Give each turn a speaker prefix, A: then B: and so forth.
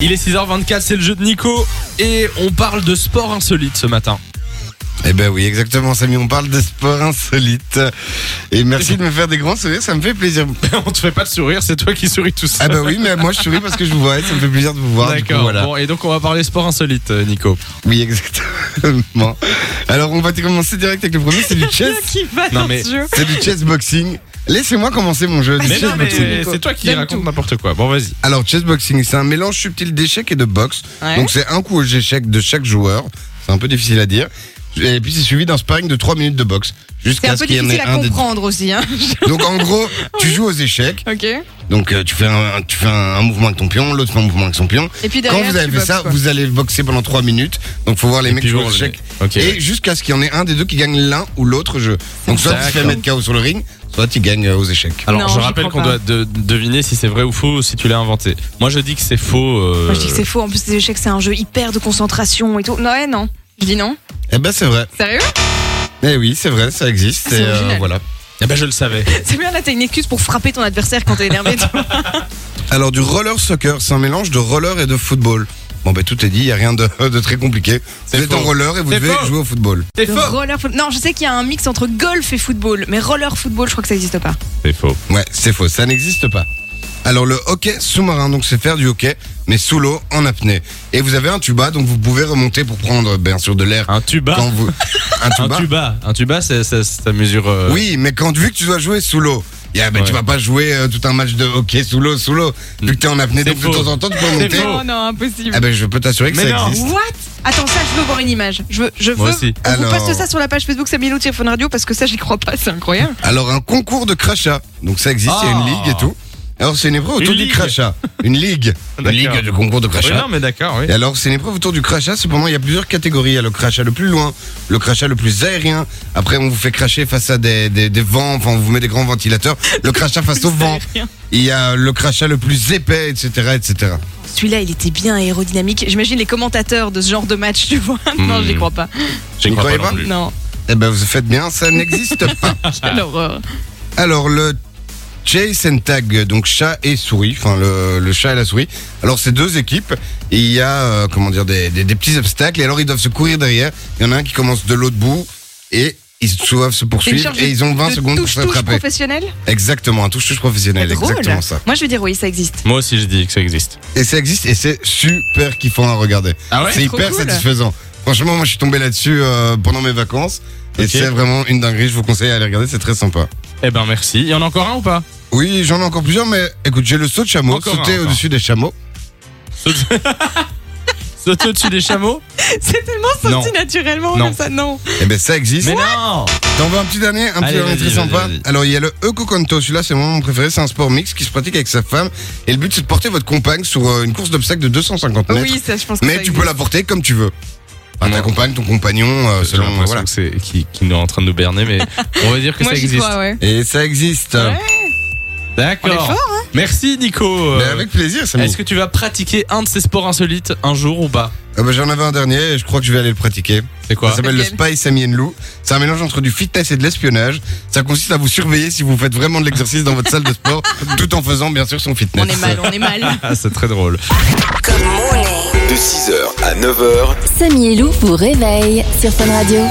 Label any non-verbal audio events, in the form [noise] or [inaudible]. A: Il est 6h24, c'est le jeu de Nico et on parle de sport insolite ce matin.
B: Eh ben oui, exactement, Samy. On parle de sport insolite. Et
C: [laughs]
B: merci de me faire des grands sourires, ça me fait plaisir.
A: [laughs] on te fait pas de sourire, c'est toi qui souris tout seul.
B: Ah ben oui, mais moi je souris parce que je vous vois et ça me fait plaisir de vous voir. du coup,
A: D'accord.
B: voilà.
A: Bon, et donc on va parler sport insolite, euh, Nico.
B: Oui, exactement. Alors on va commencer direct avec le premier, c'est
C: [laughs]
B: du chess.
C: qui va
A: Non,
C: dans
A: mais-
C: ce jeu.
B: C'est du chess boxing. Laissez-moi commencer mon
C: Ah,
B: jeu. du
A: Mais non, mais
B: chessboxing.
A: c'est toi qui
C: J'aime
A: raconte
C: tout.
A: n'importe quoi. Bon, vas-y.
B: Alors chess boxing, c'est un mélange subtil d'échecs et de boxe.
C: Ouais.
B: Donc c'est un coup aux échecs de chaque joueur. C'est un peu difficile à dire. Et puis c'est suivi d'un sparring de 3 minutes de boxe.
C: C'est
B: Jusqu'à
C: un
B: ce
C: peu
B: qu'il y en ait
C: difficile à
B: un des deux.
C: comprendre aussi. Hein. [laughs]
B: Donc en gros, tu joues aux échecs.
C: ok.
B: Donc euh, tu fais un, tu fais un, un mouvement avec ton pion, l'autre fait un mouvement avec son pion.
C: Et puis
B: Quand
C: derrière,
B: vous
C: tu
B: avez fait
C: boxes,
B: ça,
C: quoi.
B: vous allez boxer pendant 3 minutes. Donc faut voir les mecs
A: puis
B: qui
A: vous
B: jouent aux
A: revenez.
B: échecs.
A: Ok.
B: Et jusqu'à ce qu'il y en ait un des deux qui gagne l'un ou l'autre jeu. Donc soit tu te fais
A: D'accord.
B: mettre KO sur le ring, soit tu gagnes euh, aux échecs.
A: Alors,
C: Non,
A: je
C: j'y
A: rappelle
C: crois
A: qu'on doit
C: pas.
A: de- deviner si c'est vrai ou faux, si tu l'as inventé. Moi, je dis que c'est faux. euh,
C: Moi, je dis que c'est faux. En plus, les échecs, c'est un jeu hyper de concentration et tout. Non, ouais, non. Je dis non.
B: Eh ben c'est vrai.
C: Sérieux [laughs]
B: Eh oui, c'est vrai, ça existe.
C: Ah, c'est
B: et, euh,
C: original.
B: voilà.
A: Eh ben, je le
C: [laughs]
A: savais.
C: C'est bien, là, t'as une excuse pour frapper ton adversaire quand
B: [laughs]
C: t'es énervé. tu vois.
B: Alors du roller soccer, c'est un mélange de roller et de football. Bon ben tout est dit, il y a rien de, [laughs] de très compliqué.
A: C'est
B: Vous êtes
A: faux.
B: en roller et vous
A: C'est
B: devez
A: faux.
B: jouer au football.
A: C'est
C: Le roller foot- Non, je sais qu'il y a un mix entre golf et football, mais roller football, je crois que ça n'existe pas.
A: C'est faux.
B: Ouais, c'est faux, ça n'existe pas. Alors le hockey sous-marin, donc c'est faire du hockey, mais sous l'eau, en apnée. Et vous avez un tuba, donc vous pouvez remonter pour prendre bien sûr de l'air
A: Un tuba.
B: quand vous... Un
A: Un
B: tuba
A: tuba. Un tuba, c'est ça, ça mesure. euh,
B: Oui, mais quand vu que tu dois jouer sous l'eau, eh ben,
A: Ouais. Mm.
B: tu vas pas jouer euh, tout un match de hockey sous l'eau, sous l'eau. Vu que t'es en apnée,
A: C'est
B: donc de
A: faux.
B: temps en temps tu peux
A: C'est
B: remonter.
A: faux.
C: Non, non, impossible.
B: Ah ben je peux t'assurer que
A: Mais
B: ça
A: non.
B: existe.
C: What Attends, ça, je veux voir une image. Je veux. Je veux...
A: Moi aussi.
C: On
B: Alors-
C: vous poste ça sur la page Facebook Samilo Téléphone Radio parce que ça, j'y crois pas, c'est incroyable.
B: Alors un concours de crachat, donc ça existe, il y a une
A: Ah.
B: ligue et tout. Alors c'est une épreuve
A: Une
B: autour du
A: ligue. [laughs]
B: crachat. Une ligue. une
A: D'accord.
B: ligue de concours de
A: Oui,
B: crachat.
A: non, mais d'accord, oui.
B: Et alors, c'est une épreuve autour du crachat. Cependant, il y a plusieurs catégories. Il y a le crachat le plus loin, le crachat le plus aérien. Après, on vous fait cracher face à des, des, des vents. Enfin, on vous met des grands ventilateurs. Le crachat face au
C: [laughs]
B: vent. Il y a le crachat le plus épais, etc., etc.
C: Celui-là, il était bien aérodynamique. J'imagine les commentateurs de ce genre de match, tu vois. [laughs] Non,
B: Hmm.
C: j'y crois pas.
A: J'y
B: Vous
A: crois
B: croyez
A: pas non
B: pas
A: plus.
C: Non,
B: Eh ben, vous faites bien. Ça n'existe pas.
C: quelle horreur.
B: Alors, le chase and tag, donc chat et souris. Enfin, le, le chat et la souris. Alors, c'est deux équipes. Et il y a, euh, comment dire, des, des, des petits obstacles. Et alors, ils doivent se courir derrière. Il y en a un qui commence de l'autre bout. Et ils doivent se
C: C'est une
B: poursuivre.
C: charge
B: Et ils ont 20
C: de
B: secondes pour
C: touche,
B: se
C: touche
B: rattraper.
C: professionnelle
B: Exactement, un touche-touche professionnel,
C: C'est drôle.
B: exactement ça.
C: Moi, je veux dire oui,
B: [laughs]
C: ça existe.
A: Moi aussi, je dis que ça existe.
B: Et ça existe et c'est super kiffant à regarder.
A: Ah ouais
B: c'est
C: Trop
B: hyper
C: cool.
B: satisfaisant. Franchement, moi je suis tombé là-dessus euh, pendant mes vacances et
A: Ok.
B: c'est vraiment une dinguerie, je vous conseille à aller regarder, c'est très sympa.
A: Eh ben, merci. Il y en a encore un ou pas
B: Oui, j'en ai encore plusieurs, mais écoute, j'ai le saut de chameau,
A: Encore un,
B: sauter
A: encore.
B: au-dessus des chameaux.
A: Sauter au-dessus des
C: [laughs]
A: chameaux
C: C'est tellement
A: Non.
C: sorti naturellement
A: Non.
C: comme ça, non.
B: Et ben ça existe.
A: Mais non
B: T'en veux un petit dernier Un petit
A: Allez,
B: dernier
A: vas-y,
B: très
A: vas-y,
B: sympa.
A: vas-y.
B: Alors il y a le Eco-Conto, celui-là c'est mon préféré, c'est un sport mix qui se pratique avec sa femme. Et le but c'est de porter votre compagne sur euh, une course d'obstacles de 250 mètres.
C: Oui, ça, je pense que
B: mais
C: ça
B: tu
C: existe.
B: peux la porter comme tu veux. Enfin, ta
A: Non.
B: compagne, ton compagnon, euh,
A: J'ai
B: selon.
A: l'impression
B: Voilà.
A: que c'est qui, qui nous est en train de nous berner, [laughs] mais on va dire que
C: Moi,
A: ça
C: j'y
A: existe.
C: crois, ouais.
B: Et ça existe.
C: Ouais. On est
A: D'accord.
C: fort, hein
A: Merci Nico.
B: Mais
A: Euh,
B: Ben, avec plaisir, Samy.
A: Est-ce que tu vas pratiquer un de ces sports insolites un jour ou pas
B: Ah bah, J'en avais un dernier et je crois que je vais aller le pratiquer.
A: C'est quoi
B: ça s'appelle le
C: Lequel
B: Spy Samy and Lou. C'est un mélange entre du fitness et de l'espionnage. Ça consiste à vous surveiller si vous faites vraiment de l'exercice dans votre salle de
C: [laughs]
B: sport, tout en faisant bien sûr son fitness.
C: On est mal, on
B: [laughs]
C: est mal.
A: Ah, c'est très drôle.
D: De 6h à 9h,
E: Samy et Lou vous réveille sur Fun Radio.